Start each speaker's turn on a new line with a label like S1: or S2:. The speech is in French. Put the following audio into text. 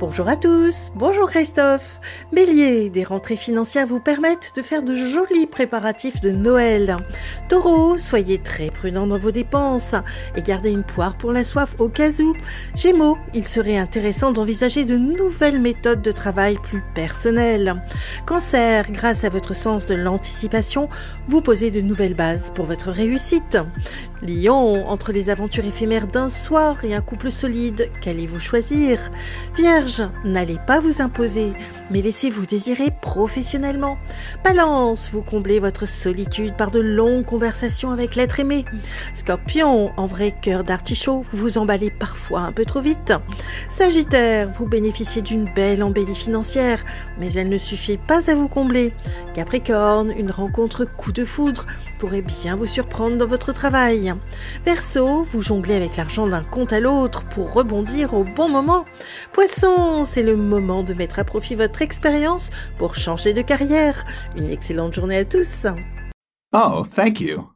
S1: Bonjour à tous, bonjour Christophe. Bélier, des rentrées financières vous permettent de faire de jolis préparatifs de Noël. Taureau, soyez très prudent dans vos dépenses et gardez une poire pour la soif au cas où. Gémeaux, il serait intéressant d'envisager de nouvelles méthodes de travail plus personnelles. Cancer, grâce à votre sens de l'anticipation, vous posez de nouvelles bases pour votre réussite. Lion, entre les aventures éphémères d'un soir et un couple solide, qu'allez-vous choisir Vierge, n'allez pas vous imposer, mais laissez-vous désirer professionnellement. Balance, vous comblez votre solitude par de longues conversations avec l'être aimé. Scorpion, en vrai cœur d'artichaut, vous emballez parfois un peu trop vite. Sagittaire, vous bénéficiez d'une belle embellie financière, mais elle ne suffit pas à vous combler. Capricorne, une rencontre coup de foudre pourrait bien vous surprendre dans votre travail. Verseau, vous jonglez avec l'argent d'un compte à l'autre pour rebondir au bon moment. Poisson, c'est le moment de mettre à profit votre expérience pour changer de carrière. Une excellente journée à tous.
S2: Oh, thank you.